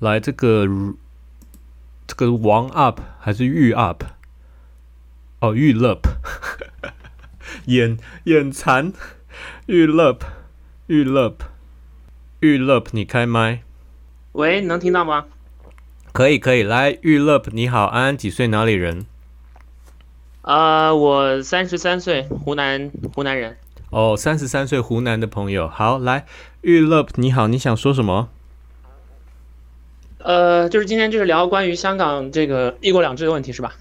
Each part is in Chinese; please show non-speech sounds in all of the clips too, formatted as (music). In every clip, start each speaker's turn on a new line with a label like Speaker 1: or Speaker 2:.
Speaker 1: 来，这个这个王 up 还是玉 up？哦，玉 up，眼眼馋，玉 up，玉 up，玉 up，你开麦？
Speaker 2: 喂，能听到吗？
Speaker 1: 可以，可以。来，玉 up，你好，安安几岁？哪里人？
Speaker 2: 啊、我三十三岁，湖南湖南人。
Speaker 1: 哦，三十三岁，湖南的朋友。好，来，玉 up，你好，你想说什么？
Speaker 2: 呃，就是今天就是聊关于香港这个一国两制的问题，是吧？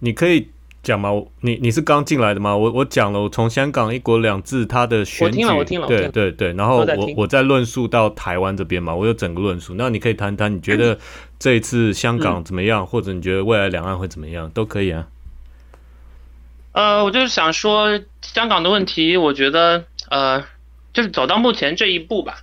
Speaker 1: 你可以讲吗？我你你是刚进来的吗？我我讲了，我从香港一国两制它的选举，
Speaker 2: 我听了我听了我
Speaker 1: 对
Speaker 2: 听了
Speaker 1: 对对，然后
Speaker 2: 我在
Speaker 1: 我
Speaker 2: 听
Speaker 1: 我再论述到台湾这边嘛，我有整个论述。那你可以谈谈你觉
Speaker 2: 嗯
Speaker 1: 得这一次香港怎么样，或者你觉得未来两岸会怎么样，都可以啊。
Speaker 2: 呃，我就是想说香港的问题，我觉得呃，就是走到目前这一步吧，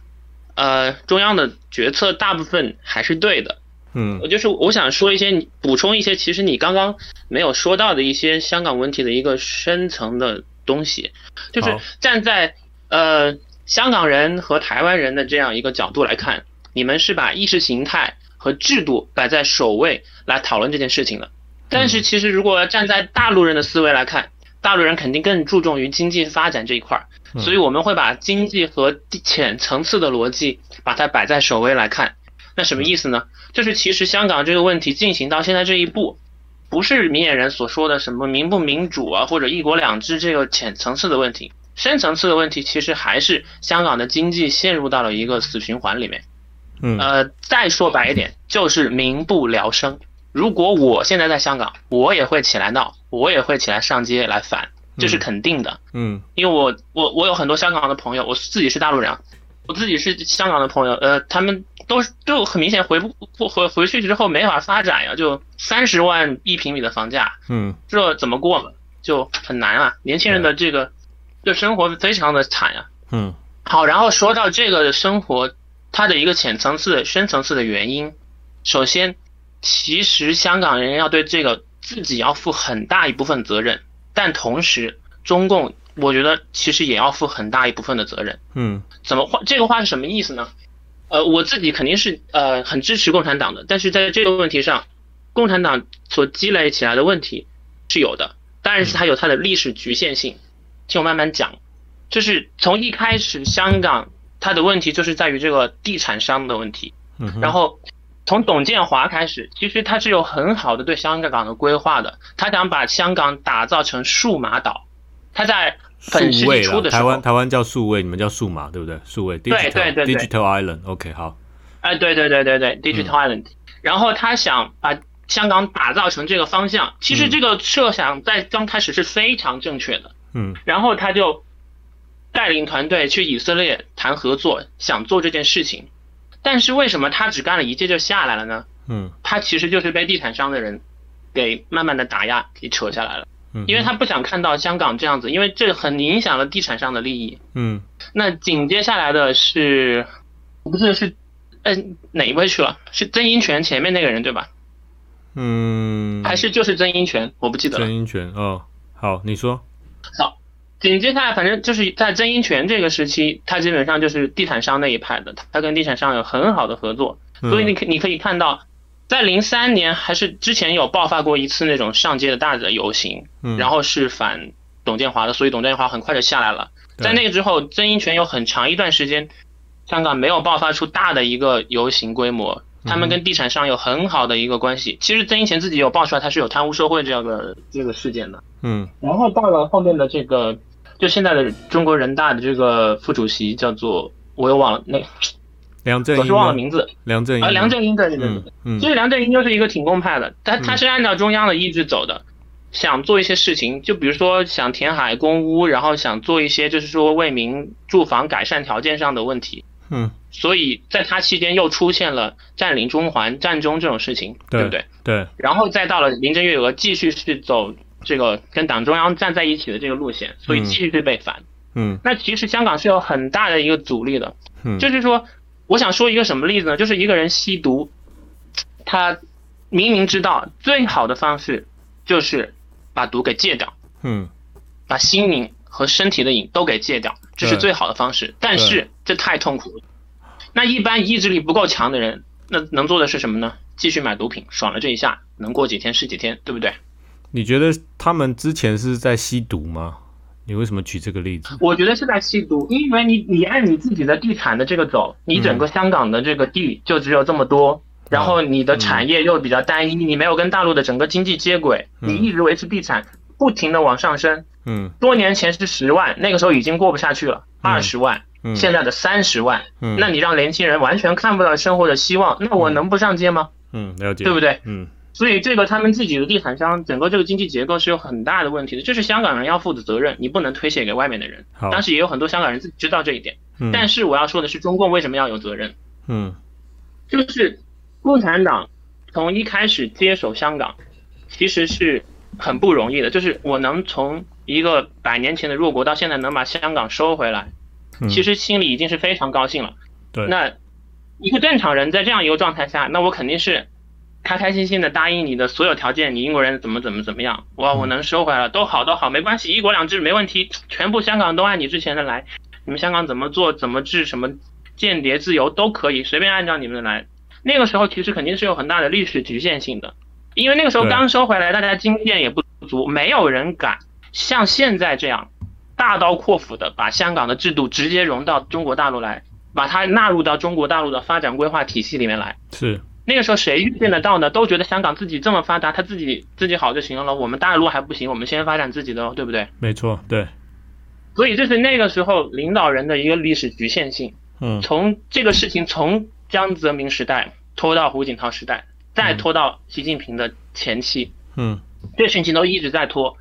Speaker 2: 呃，中央的决策大部分还是对的。
Speaker 1: 嗯
Speaker 2: 我就是我想说一些你补充一些，其实你刚刚没有说到的一些香港问题的一个深层的东西，就是
Speaker 1: 好
Speaker 2: 站在呃香港人和台湾人的这样一个角度来看，你们是把意识形态和制度摆在首位来讨论这件事情的。但
Speaker 1: 嗯
Speaker 2: 是其实如果站在大陆人的思维来看，大陆人肯定更注重于经济发展这一块儿，
Speaker 1: 嗯
Speaker 2: 所以我们会把经济和地浅层次的逻辑把它摆在首位来看。那
Speaker 1: 嗯
Speaker 2: 什么意思呢？就是其实香港这个问题进行到现在这一步，不是明眼人所说的什么民不民主啊，或者一国两制这个浅层次的问题，深层次的问题其实还是香港的经济陷入到了一个死循环里面。
Speaker 1: 嗯，
Speaker 2: 呃，再说白一点，就是民不聊生。如果我现在在香港，我也会起来闹，我也会起来上街来反，这是
Speaker 1: 嗯
Speaker 2: 肯定的。
Speaker 1: 嗯
Speaker 2: 因为我我我有很多香港的朋友，我自己是大陆人啊，我自己是香港的朋友，呃，他们都是就很明显回不不回回去之后没法发展呀，就三十万一平米的房价，
Speaker 1: 嗯
Speaker 2: 这怎么过嘛？就很难啊，年轻人的这个这生活非常的惨呀、
Speaker 1: 嗯
Speaker 2: 好，然后说到这个生活，它的一个浅层次、深层次的原因，首先，其实香港人要对这个自己要负很大一部分责任，但同时，中共我觉得其实也要负很大一部分的责任。
Speaker 1: 嗯
Speaker 2: 怎么话？这个话是什么意思呢？呃，我自己肯定是呃很支持共产党的，但是在这个问题上，共产党所积累起来的问题是有的，当然
Speaker 1: 嗯
Speaker 2: 是它有它的历史局限性。听我慢慢讲，就是从一开始香港它的问题就是在于这个地产商的问题，
Speaker 1: 嗯哼，
Speaker 2: 然后从董建华开始，其实他是有很好的对香港的规划的，他想把香港打造成数码岛，他在本
Speaker 1: 数
Speaker 2: 世纪
Speaker 1: 位
Speaker 2: 初
Speaker 1: 了，
Speaker 2: 的时
Speaker 1: 台
Speaker 2: 候，
Speaker 1: 湾台湾叫数位，你们叫数码，对不对？数位 digital
Speaker 2: 对对对
Speaker 1: digital island。OK，好，
Speaker 2: 哎，对对对对对，Digital Island、然后他想把香港打造成这个方向，其
Speaker 1: 嗯
Speaker 2: 实这个设想在刚开始是非常正确的。
Speaker 1: 嗯
Speaker 2: 然后他就带领团队去以色列谈合作，想做这件事情。但是为什么他只干了一届就下来了呢？
Speaker 1: 嗯
Speaker 2: 他其实就是被地产商的人给慢慢的打压，给扯下来了，
Speaker 1: 嗯，
Speaker 2: 因为他不想看到香港这样子，因为这很影响了地产商的利益。
Speaker 1: 嗯
Speaker 2: 那紧接下来的是，我不记得是，嗯、哪一位去了？是曾荫权前面那个人对吧？
Speaker 1: 嗯
Speaker 2: 还是就是曾荫权？我不记得
Speaker 1: 真
Speaker 2: 了。
Speaker 1: 音权哦。好，你说。
Speaker 2: 紧接下来，反正就是在曾荫权这个时期，他基本上就是地产商那一派的，他跟地产商有很好的合作，
Speaker 1: 嗯
Speaker 2: 所以你可你可以看到，在零三年还是之前有爆发过一次那种上街的大的游行，
Speaker 1: 嗯
Speaker 2: 然后是反董建华的，所以董建华很快就下来了。
Speaker 1: 对
Speaker 2: 在那个之后，曾荫权有很长一段时间，香港没有爆发出大的一个游行规模。
Speaker 1: 嗯
Speaker 2: 他们跟地产商有很好的一个关系。其实曾荫权自己有爆出来，他是有贪污受贿这样的这个事件的。
Speaker 1: 嗯
Speaker 2: 然后到了后面的这个，就现在的中国人大的这个副主席叫做，我又忘了那，
Speaker 1: 梁振
Speaker 2: 我
Speaker 1: 英
Speaker 2: 是忘了
Speaker 1: 吗
Speaker 2: 名字
Speaker 1: 梁振英
Speaker 2: 啊，梁
Speaker 1: 吗
Speaker 2: 振英对对对对
Speaker 1: 嗯。嗯
Speaker 2: 其实梁振英就是一个挺公派的，他他
Speaker 1: 嗯
Speaker 2: 是按照中央的意志走的，想做一些事情，就比如说想填海公屋，然后想做一些就是说为民住房改善条件上的问题，
Speaker 1: 嗯
Speaker 2: 所以在他期间又出现了占领中环、占中这种事情，
Speaker 1: 对
Speaker 2: 对不对？
Speaker 1: 对
Speaker 2: 然后再到了林郑月娥继续是走这个跟党中央站在一起的这个路线，所以
Speaker 1: 嗯
Speaker 2: 继续是被反。
Speaker 1: 嗯
Speaker 2: 那其实香港是有很大的一个阻力的，
Speaker 1: 嗯
Speaker 2: 就是说，我想说一个什么例子呢？就是一个人吸毒，他明明知道最好的方式就是把毒给戒掉，
Speaker 1: 嗯
Speaker 2: 把心瘾和身体的瘾都给戒掉，这是
Speaker 1: 对
Speaker 2: 最好的方式。但是这太痛苦了。那一般意志力不够强的人，那能做的是什么呢？继续买毒品，爽了这一下，能过几天是几天，对不对？
Speaker 1: 你觉得他们之前是在吸毒吗？你为什么举这个例子？
Speaker 2: 我觉得是在吸毒，因为你你按你自己的地产的这个走，你整
Speaker 1: 嗯
Speaker 2: 个香港的这个地就只有这么多，然后你的产业又比较单
Speaker 1: 嗯
Speaker 2: 一，你没有跟大陆的整个经济接轨，你一直维持地产不停的往上升。
Speaker 1: 嗯
Speaker 2: 多年前是十万，那个时候已经过不下去了，
Speaker 1: 嗯
Speaker 2: 二十万，
Speaker 1: 嗯，
Speaker 2: 现在的三十万，
Speaker 1: 嗯
Speaker 2: 那你让年轻人完全看不到生活的希望，那我能不上街吗？
Speaker 1: 嗯了解，
Speaker 2: 对不对？
Speaker 1: 嗯
Speaker 2: 所以这个他们自己的地产商，整个这个经济结构是有很大的问题的，这是香港人要负的责任，你不能推卸给外面的人。
Speaker 1: 好，
Speaker 2: 当时也有很多香港人自己知道这一点，
Speaker 1: 哦嗯
Speaker 2: 但是我要说的是，中共为什么要有责任？
Speaker 1: 嗯
Speaker 2: 就是共产党从一开始接手香港，其实是很不容易的。就是我能从一个百年前的弱国到现在能把香港收回来，
Speaker 1: 嗯
Speaker 2: 其实心里已经是非常高兴了。
Speaker 1: 对
Speaker 2: 那一个正常人在这样一个状态下，那我肯定是开开心心的答应你的所有条件，你英国人怎么怎么怎么样，哇，
Speaker 1: 嗯
Speaker 2: 我能收回来了，都好都好，没关系，一国两制没问题，全部香港都按你之前的来，你们香港怎么做怎么治什么间谍自由都可以，随便按照你们的来。那个时候其实肯定是有很大的历史局限性的，因为那个时候
Speaker 1: 对
Speaker 2: 刚收回来，大家经验也不足，没有人敢像现在这样大刀阔斧的把香港的制度直接融到中国大陆来，把它纳入到中国大陆的发展规划体系里面来。
Speaker 1: 是
Speaker 2: 那个时候谁预见得到呢？都觉得香港自己这么发达，他自己自己好就行了，我们大陆还不行，我们先发展自己的哦，对不对？
Speaker 1: 没错，对，
Speaker 2: 所以这是那个时候领导人的一个历史局限性。
Speaker 1: 嗯
Speaker 2: 从这个事情从江泽民时代拖到胡锦涛时代，再拖到习近平的前期，
Speaker 1: 嗯
Speaker 2: 这事情都一直在拖，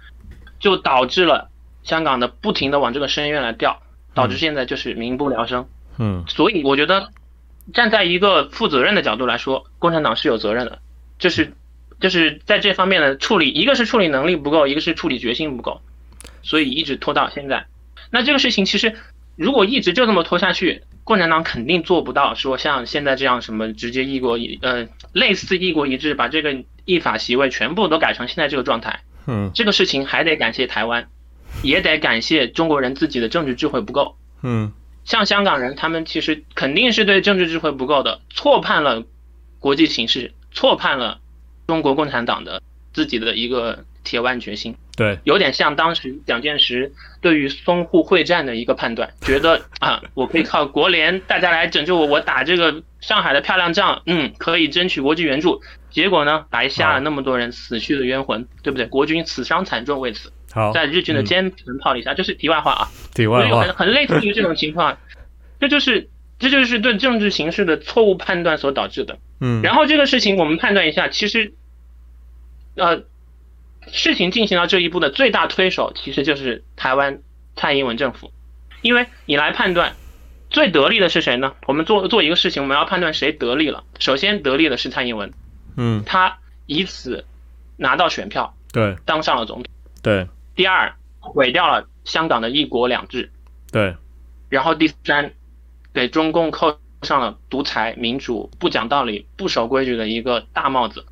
Speaker 2: 就导致了香港的不停的往这个深渊来掉，导致现在就是民不聊生。
Speaker 1: 嗯
Speaker 2: 所以我觉得，站在一个负责任的角度来说，共产党是有责任的，就是就是在这方面的处理，一个是处理能力不够，一个是处理决心不够，所以一直拖到现在。那这个事情其实如果一直就这么拖下去，共产党肯定做不到说像现在这样什么直接一国一呃类似一国一制，把这个一法席位全部都改成现在这个状态。
Speaker 1: 嗯
Speaker 2: 这个事情还得感谢台湾，也得感谢中国人自己的政治智慧不够。
Speaker 1: 嗯
Speaker 2: 像香港人，他们其实肯定是对政治智慧不够的，错判了国际形势，错判了中国共产党的自己的一个铁腕决心，
Speaker 1: 对，
Speaker 2: 有点像当时蒋介石对于淞沪会战的一个判断，觉得 (laughs) 啊，我可以靠国联大家来拯救我，我打这个上海的漂亮仗，嗯，可以争取国际援助。结果呢，白瞎了那么多人死去的冤魂，对不对？国军死伤惨重，为此
Speaker 1: 好，
Speaker 2: 在日军的
Speaker 1: 嗯
Speaker 2: 坚持炮力下，这是题外话啊。
Speaker 1: 题
Speaker 2: 所
Speaker 1: 外
Speaker 2: 以
Speaker 1: 话
Speaker 2: 很，很类似于这种情况，这就是这就是对政治形势的错误判断所导致的。
Speaker 1: 嗯，
Speaker 2: 然
Speaker 1: 后
Speaker 2: 后这个事情我们判断一下，其实，呃，事情进行到这一步的最大推手其实就是台湾蔡英文政府，因为你来判断最得利的是谁呢？我们做做一个事情，我们要判断谁得利了。首先得利的是蔡英文，
Speaker 1: 嗯
Speaker 2: 他以此拿到选票，
Speaker 1: 对
Speaker 2: 当上了总统。
Speaker 1: 对
Speaker 2: 第二，毁掉了香港的一国两制。
Speaker 1: 对
Speaker 2: 然后第三，给中共扣上了独裁、民主、不讲道理、不守规矩的一个大帽子。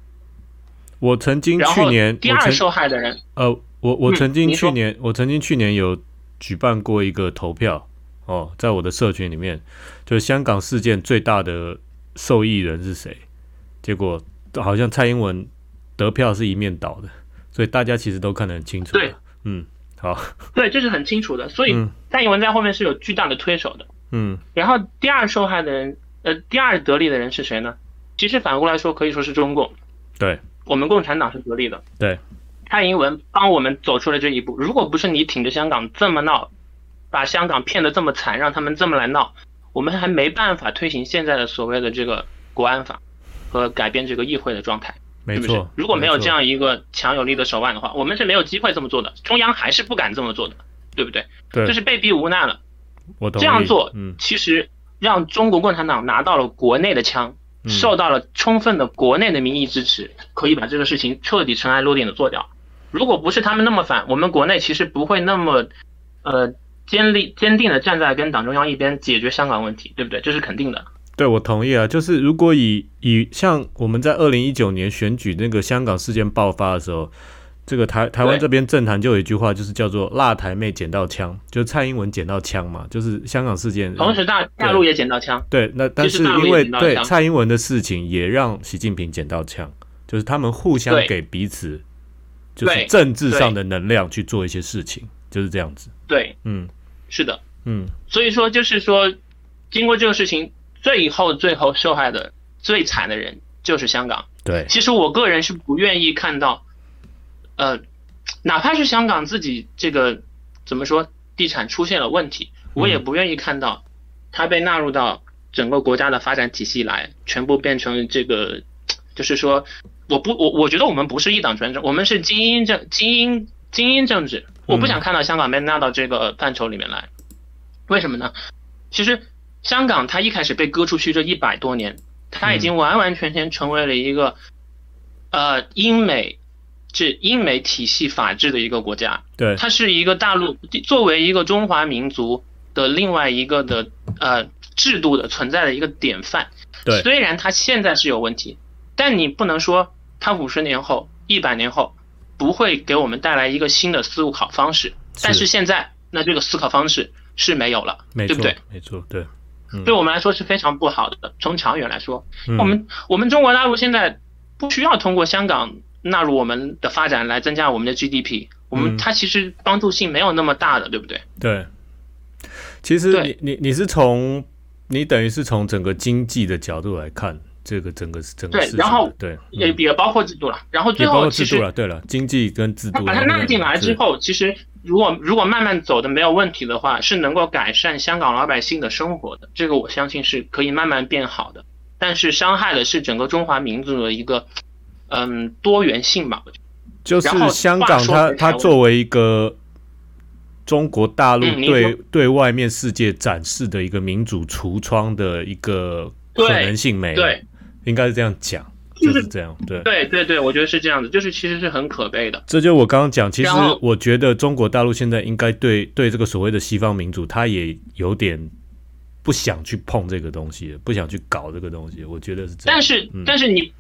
Speaker 1: 我曾经
Speaker 2: 然
Speaker 1: 去
Speaker 2: 后
Speaker 1: 年，
Speaker 2: 第
Speaker 1: 我
Speaker 2: 二
Speaker 1: 曾
Speaker 2: 受害的人，
Speaker 1: 呃，我我
Speaker 2: 嗯
Speaker 1: 曾经
Speaker 2: 您
Speaker 1: 去
Speaker 2: 说
Speaker 1: 年，我曾经去年有举办过一个投票哦，在我的社群里面，就是香港事件最大的受益人是谁？结果好像蔡英文得票是一面倒的，所以大家其实都看得很清楚。
Speaker 2: 对，
Speaker 1: 嗯，好，
Speaker 2: 对，这是很清楚的。所以
Speaker 1: 嗯
Speaker 2: 蔡英文在后面是有巨大的推手的。
Speaker 1: 嗯
Speaker 2: 然后第二受害的人，呃，第二得利的人是谁呢？其实反过来说，可以说是中共，
Speaker 1: 对
Speaker 2: 我们共产党是得利的。
Speaker 1: 对，
Speaker 2: 蔡英文帮我们走出了这一步。如果不是你挺着香港这么闹，把香港骗得这么惨，让他们这么来闹，我们还没办法推行现在的所谓的这个国安法和改变这个议会的状态，
Speaker 1: 没
Speaker 2: 是不是
Speaker 1: 错。？
Speaker 2: 如果没有
Speaker 1: 错
Speaker 2: 这，样一个强有力的手腕的话，我们是没有机会这么做的。中央还是不敢这么做的，对不对？
Speaker 1: 对，
Speaker 2: 这是被逼无奈了。
Speaker 1: 我同
Speaker 2: 这样
Speaker 1: 意
Speaker 2: 做
Speaker 1: 嗯，
Speaker 2: 其实让中国共产党拿到了国内的枪，
Speaker 1: 嗯
Speaker 2: 受到了充分的国内的民意支持，可以把这个事情彻底尘埃落定的做掉。如果不是他们那么反，我们国内其实不会那么，呃，坚立坚定的站在跟党中央一边解决香港问题，对不对？这是肯定的。
Speaker 1: 对，我同意啊。就是如果以以像我们在二零一九年选举那个香港事件爆发的时候，这个台台湾
Speaker 2: 对
Speaker 1: 这边政坛就有一句话，就是叫做“辣台妹捡到枪”，就是蔡英文捡到枪嘛，就是香港事件。
Speaker 2: 同时大大陆也捡到枪，
Speaker 1: 对，那但
Speaker 2: 是
Speaker 1: 是
Speaker 2: 大陆
Speaker 1: 因
Speaker 2: 也
Speaker 1: 为
Speaker 2: 捡到
Speaker 1: 对
Speaker 2: 枪
Speaker 1: 蔡英文的事情，也让习近平捡到枪，就是他们互相
Speaker 2: 对
Speaker 1: 给彼此，就是
Speaker 2: 对
Speaker 1: 政治
Speaker 2: 对
Speaker 1: 上的能量去做一些事情，就是这样子。
Speaker 2: 对，
Speaker 1: 嗯
Speaker 2: 是的。
Speaker 1: 嗯，
Speaker 2: 所以说，就是说，经过这个事情，最后最后受害的最惨的人就是香港。
Speaker 1: 对
Speaker 2: 其实我个人是不愿意看到，呃，哪怕是香港自己这个怎么说地产出现了问题，我也不愿意看到它被纳入到整个国家的发展体系来，全部变成这个，就是说，我不我我觉得我们不是一党专政，我们是精英政精英精英政治，我不想看到香港被纳到这个范畴里面来，为什么呢？其实香港它一开始被割出去这一百多年，它已经完完全全成为了一个。呃，英美这英美体系法治的一个国家，
Speaker 1: 对
Speaker 2: 它是一个大陆作为一个中华民族的另外一个的呃制度的存在的一个典范。
Speaker 1: 对
Speaker 2: 虽然它现在是有问题，但你不能说它五十年后、一百年后不会给我们带来一个新的思考方式。但是现在，那这个思考方式是没有了，
Speaker 1: 没
Speaker 2: 对
Speaker 1: 错
Speaker 2: 不对？
Speaker 1: 没错对。
Speaker 2: 对我们来说是非常不好的。从长远来说，
Speaker 1: 嗯
Speaker 2: 我们我们中国大陆现在不需要通过香港纳入我们的发展来增加我们的 GDP，我们、
Speaker 1: 嗯
Speaker 2: 它其实帮助性没有那么大的，对不对？
Speaker 1: 对，其实你
Speaker 2: 对
Speaker 1: 你你是从你等于是从整个经济的角度来看这个整个整个
Speaker 2: 对
Speaker 1: 事情
Speaker 2: 然后
Speaker 1: 的，对，
Speaker 2: 也
Speaker 1: 嗯
Speaker 2: 也包括制度了。然后最
Speaker 1: 也包
Speaker 2: 后
Speaker 1: 括
Speaker 2: 其
Speaker 1: 制度
Speaker 2: 实
Speaker 1: 了。对了，经济跟制
Speaker 2: 它
Speaker 1: 度
Speaker 2: 把它
Speaker 1: 然
Speaker 2: 纳
Speaker 1: 那
Speaker 2: 进
Speaker 1: 个
Speaker 2: 来之
Speaker 1: 是，
Speaker 2: 后，其实如果如果慢慢走的没有问题的话，是能够改善香港老百姓的生活的。这个我相信是可以慢慢变好的。但是伤害的是整个中华民族的一个嗯多元性吧，我觉得
Speaker 1: 就是
Speaker 2: 然后
Speaker 1: 香
Speaker 2: 话
Speaker 1: 港
Speaker 2: 说
Speaker 1: 它
Speaker 2: 回
Speaker 1: 它
Speaker 2: 台湾
Speaker 1: 作为一个中国大陆
Speaker 2: 嗯你
Speaker 1: 对、
Speaker 2: 说
Speaker 1: 对外面世界展示的一个民主橱窗的一个可
Speaker 2: 对
Speaker 1: 能性没了，
Speaker 2: 对，
Speaker 1: 应该是这样讲，
Speaker 2: 就
Speaker 1: 就是是这样，对。
Speaker 2: 对对对，我觉得是这样子，就是其实是很可悲的。
Speaker 1: 这就是我刚刚讲，其实
Speaker 2: 然后
Speaker 1: 我觉得中国大陆现在应该对对这个所谓的西方民主，他也有点不想去碰这个东西，不想去搞这个东西。我觉得是这样。
Speaker 2: 但是、
Speaker 1: 嗯
Speaker 2: 但是你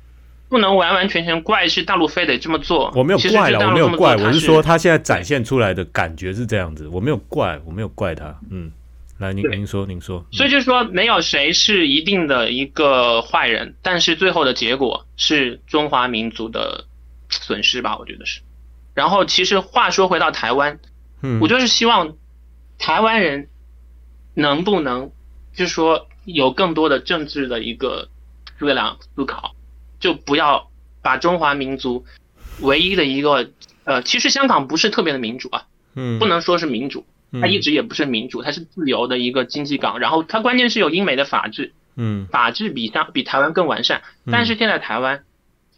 Speaker 2: 不能完完全全怪是大陆非得这么做。
Speaker 1: 我没有
Speaker 2: 其实
Speaker 1: 怪
Speaker 2: 是
Speaker 1: 了，
Speaker 2: 大
Speaker 1: 我
Speaker 2: 陆
Speaker 1: 没
Speaker 2: 这
Speaker 1: 有
Speaker 2: 么做
Speaker 1: 怪，我
Speaker 2: 它
Speaker 1: 是
Speaker 2: 是
Speaker 1: 说他现在展现出来的感觉是这样子，我没有怪，我没有怪他。嗯，来，您
Speaker 2: 对
Speaker 1: 您说，您说。
Speaker 2: 所以
Speaker 1: 以
Speaker 2: 就是说，没有谁是一定的一个坏人，但是最后的结果是中华民族的损失吧，我觉得是。然后其实话说回到台湾，
Speaker 1: 嗯，
Speaker 2: 我就是希望台湾人能不能，就是说有更多的政治的一个思量思考，就不要把中华民族唯一的一个呃，其实香港不是特别的民主啊，
Speaker 1: 嗯
Speaker 2: 不能说是民主，它一
Speaker 1: 直
Speaker 2: 直也不是民主，它是自由的一个经济港，然后它关键是有英美的法治，
Speaker 1: 嗯，
Speaker 2: 法治比香比台湾更完善，
Speaker 1: 嗯
Speaker 2: 但是现在台湾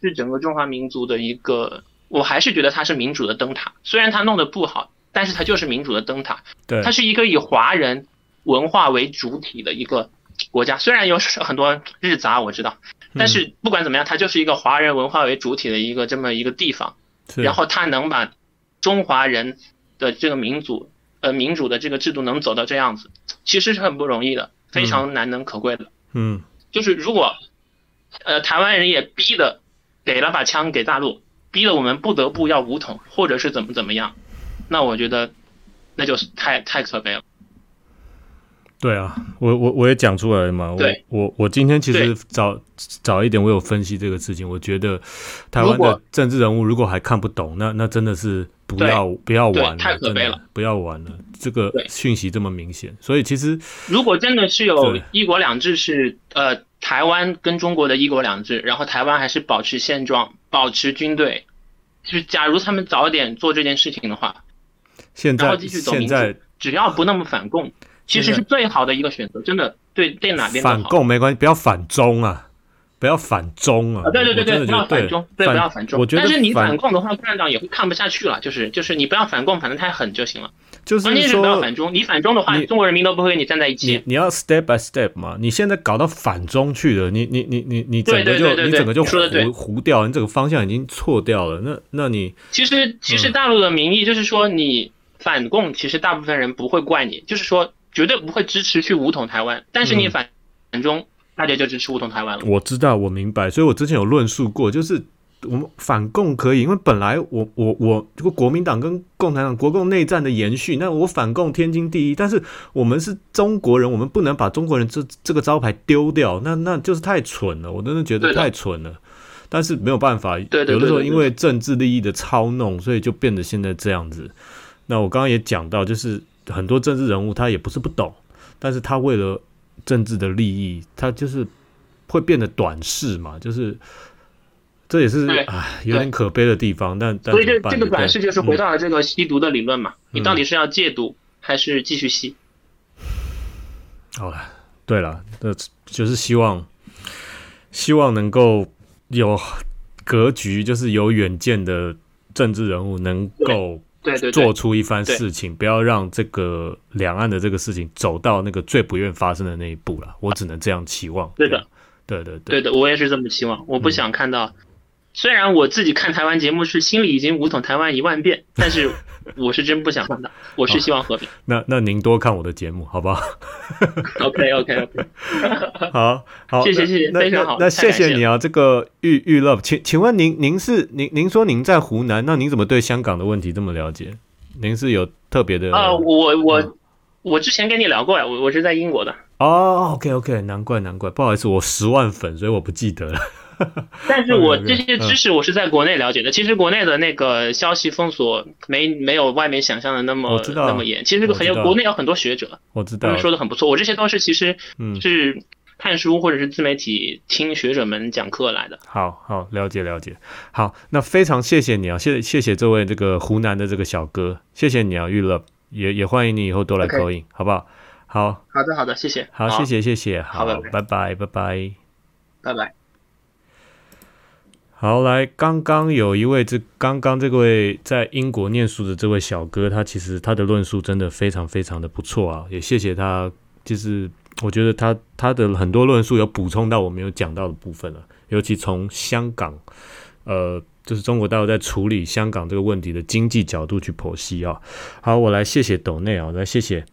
Speaker 2: 是整个中华民族的一个，我还是觉得它是民主的灯塔，虽然它弄得不好，但是它就是民主的灯塔，
Speaker 1: 对
Speaker 2: 它是一个以华人文化为主体的一个国家，虽然有很多日杂我知道，
Speaker 1: 嗯
Speaker 2: 但是不管怎么样，它就是一个华人文化为主体的一个这么一个地方。
Speaker 1: 是
Speaker 2: 然后他能把中华人的这个民主，呃，民主的这个制度能走到这样子，其实是很不容易的，非常难能可贵的。
Speaker 1: 嗯
Speaker 2: 就是如果，呃，台湾人也逼的，给了把枪给大陆，逼得我们不得不要武统，或者是怎么怎么样，那我觉得，那就是太太可悲了。
Speaker 1: 对啊，我我我也讲出来了嘛。我
Speaker 2: 对
Speaker 1: 我我今天其实
Speaker 2: 对
Speaker 1: 早早一点，我有分析这个事情。我觉得台
Speaker 2: 如
Speaker 1: 湾的
Speaker 2: 果
Speaker 1: 政治人物如果还看不懂，那那真的是不要不要玩了，
Speaker 2: 对太可悲
Speaker 1: 真的
Speaker 2: 了，
Speaker 1: 不要玩了。这个
Speaker 2: 对
Speaker 1: 讯息这么明显，所以其实
Speaker 2: 如果真的是有
Speaker 1: 对
Speaker 2: 一国两制是呃台湾跟中国的一国两制，然后台湾还是保持现状，保持军队，就是假如他们早点做这件事情的话，
Speaker 1: 现
Speaker 2: 然后
Speaker 1: 在
Speaker 2: 继续走
Speaker 1: 现
Speaker 2: 民主
Speaker 1: 在，
Speaker 2: 只要不那么反共，其实是最好的一个选择，真的对对哪边都好。
Speaker 1: 反共没关系，不要反中啊，不要反中啊！
Speaker 2: 啊，对对对
Speaker 1: 我真的
Speaker 2: 对，不
Speaker 1: 觉
Speaker 2: 要
Speaker 1: 得
Speaker 2: 反中，对，不要反中。
Speaker 1: 我觉得
Speaker 2: 但是你
Speaker 1: 反
Speaker 2: 反共的话，共产党也会看不下去了，就是就是你不要反共，反正太狠就行了。
Speaker 1: 就
Speaker 2: 关键是不要
Speaker 1: 说
Speaker 2: 反中，你反中的话，
Speaker 1: 你
Speaker 2: 中国人民都不会跟你站在一
Speaker 1: 你
Speaker 2: 起。啊
Speaker 1: 你要 step by step 嘛，你现在搞到反中去了，你你你你你整个
Speaker 2: 对对
Speaker 1: 就
Speaker 2: 对对
Speaker 1: 你
Speaker 2: 对
Speaker 1: 整个就
Speaker 2: 你说得对
Speaker 1: 糊糊掉，你整个方向已经错掉了。那那你
Speaker 2: 其实其
Speaker 1: 嗯
Speaker 2: 实大陆的民意就是说，你反共，其实大部分人不会怪你，就是说绝对不会支持去武统台湾，但是你
Speaker 1: 嗯
Speaker 2: 反反中，大家就支持武统台湾了。
Speaker 1: 我知道我明白，所以我之前有论述过，就是我们反共可以，因为本来我我我这个国民党跟共产党国共内战的延续，那我反共天经地义。但是我们是中国人，我们不能把中国人这这个招牌丢掉，那那就是太蠢了，我真的觉得
Speaker 2: 对的
Speaker 1: 太蠢了。但是没有办法，
Speaker 2: 对对
Speaker 1: 有的时候
Speaker 2: 对对
Speaker 1: 因为政治利益的操弄，所以就变得现在这样子。那我刚刚也讲到，就是很多政治人物他也不是不懂，但是他为了政治的利益，他就是会变得短视嘛，就是这也是
Speaker 2: 对
Speaker 1: 唉有点可悲的地方。但但
Speaker 2: 所以
Speaker 1: 怎
Speaker 2: 这
Speaker 1: 么办
Speaker 2: 这个
Speaker 1: 对嗯
Speaker 2: 短视就是回到了这个吸毒的理论嘛，你到底是要戒毒还是继续吸？
Speaker 1: 好了，对了，这就是希望希望能够有格局，就是有远见的政治人物能够
Speaker 2: 对对对
Speaker 1: 做，出一番
Speaker 2: 对
Speaker 1: 事情，不要让这个两岸的这个事情走到那个最不愿发生的那一步了。我只能这样期望。
Speaker 2: 对的，
Speaker 1: 对对对嗯
Speaker 2: 对的，我也是这么期望。我不想看到，虽然我自己看台湾节目是心里已经武统台湾一万遍，但是我是真不想看到，我是希
Speaker 1: (laughs)
Speaker 2: 望和平。
Speaker 1: 那那您多看我的节目，好不好？
Speaker 2: OK OK OK，
Speaker 1: 好好，
Speaker 2: 谢谢谢谢
Speaker 1: 那
Speaker 2: 非常好
Speaker 1: 那那
Speaker 2: 太
Speaker 1: 谢
Speaker 2: 感谢
Speaker 1: 谢你啊，这个玉玉乐，请请问您您是您您说您在湖南，那您怎么对香港的问题这么了解？您是有特别的
Speaker 2: 啊，我
Speaker 1: 嗯
Speaker 2: 我我之前跟你聊过呀，我我是在英国的，
Speaker 1: 哦，OK OK，难怪难怪，不好意思，我十万粉，所以我不记得了。
Speaker 2: 但是我
Speaker 1: OK，OK，
Speaker 2: 这些
Speaker 1: 嗯
Speaker 2: 知识我是在国内了解的。其实国内的那个消息封锁没没有外面想象的那
Speaker 1: 我
Speaker 2: 么
Speaker 1: 知道
Speaker 2: 那么严，其实
Speaker 1: 我
Speaker 2: 很
Speaker 1: 知
Speaker 2: 有
Speaker 1: 道
Speaker 2: 国内有很多学者，
Speaker 1: 我知
Speaker 2: 他
Speaker 1: 道
Speaker 2: 们，说的很不错。我这些都是其实
Speaker 1: 嗯，
Speaker 2: 是看书或者是自媒体听学者们讲课来的。
Speaker 1: 好好了解了解，好，那非常谢谢你啊，谢谢谢这位这个湖南的这个小哥，谢谢你啊，玉乐，也也欢迎你以后多来
Speaker 2: OK
Speaker 1: 口音好不好？好
Speaker 2: 好的好的，谢谢，
Speaker 1: 好，谢，谢谢谢，好，
Speaker 2: 好拜拜
Speaker 1: 拜拜拜拜。
Speaker 2: 拜拜。
Speaker 1: 好，来，刚刚有一位这刚刚这位在英国念书的这位小哥，他其实他的论述真的非常非常的不错啊，也谢谢他，就是我觉得他他的很多论述有补充到我没有讲到的部分了、尤其从香港，呃，就是中国大陆在处理香港这个问题的经济角度去剖析啊。好，我来谢谢斗内啊，我来谢谢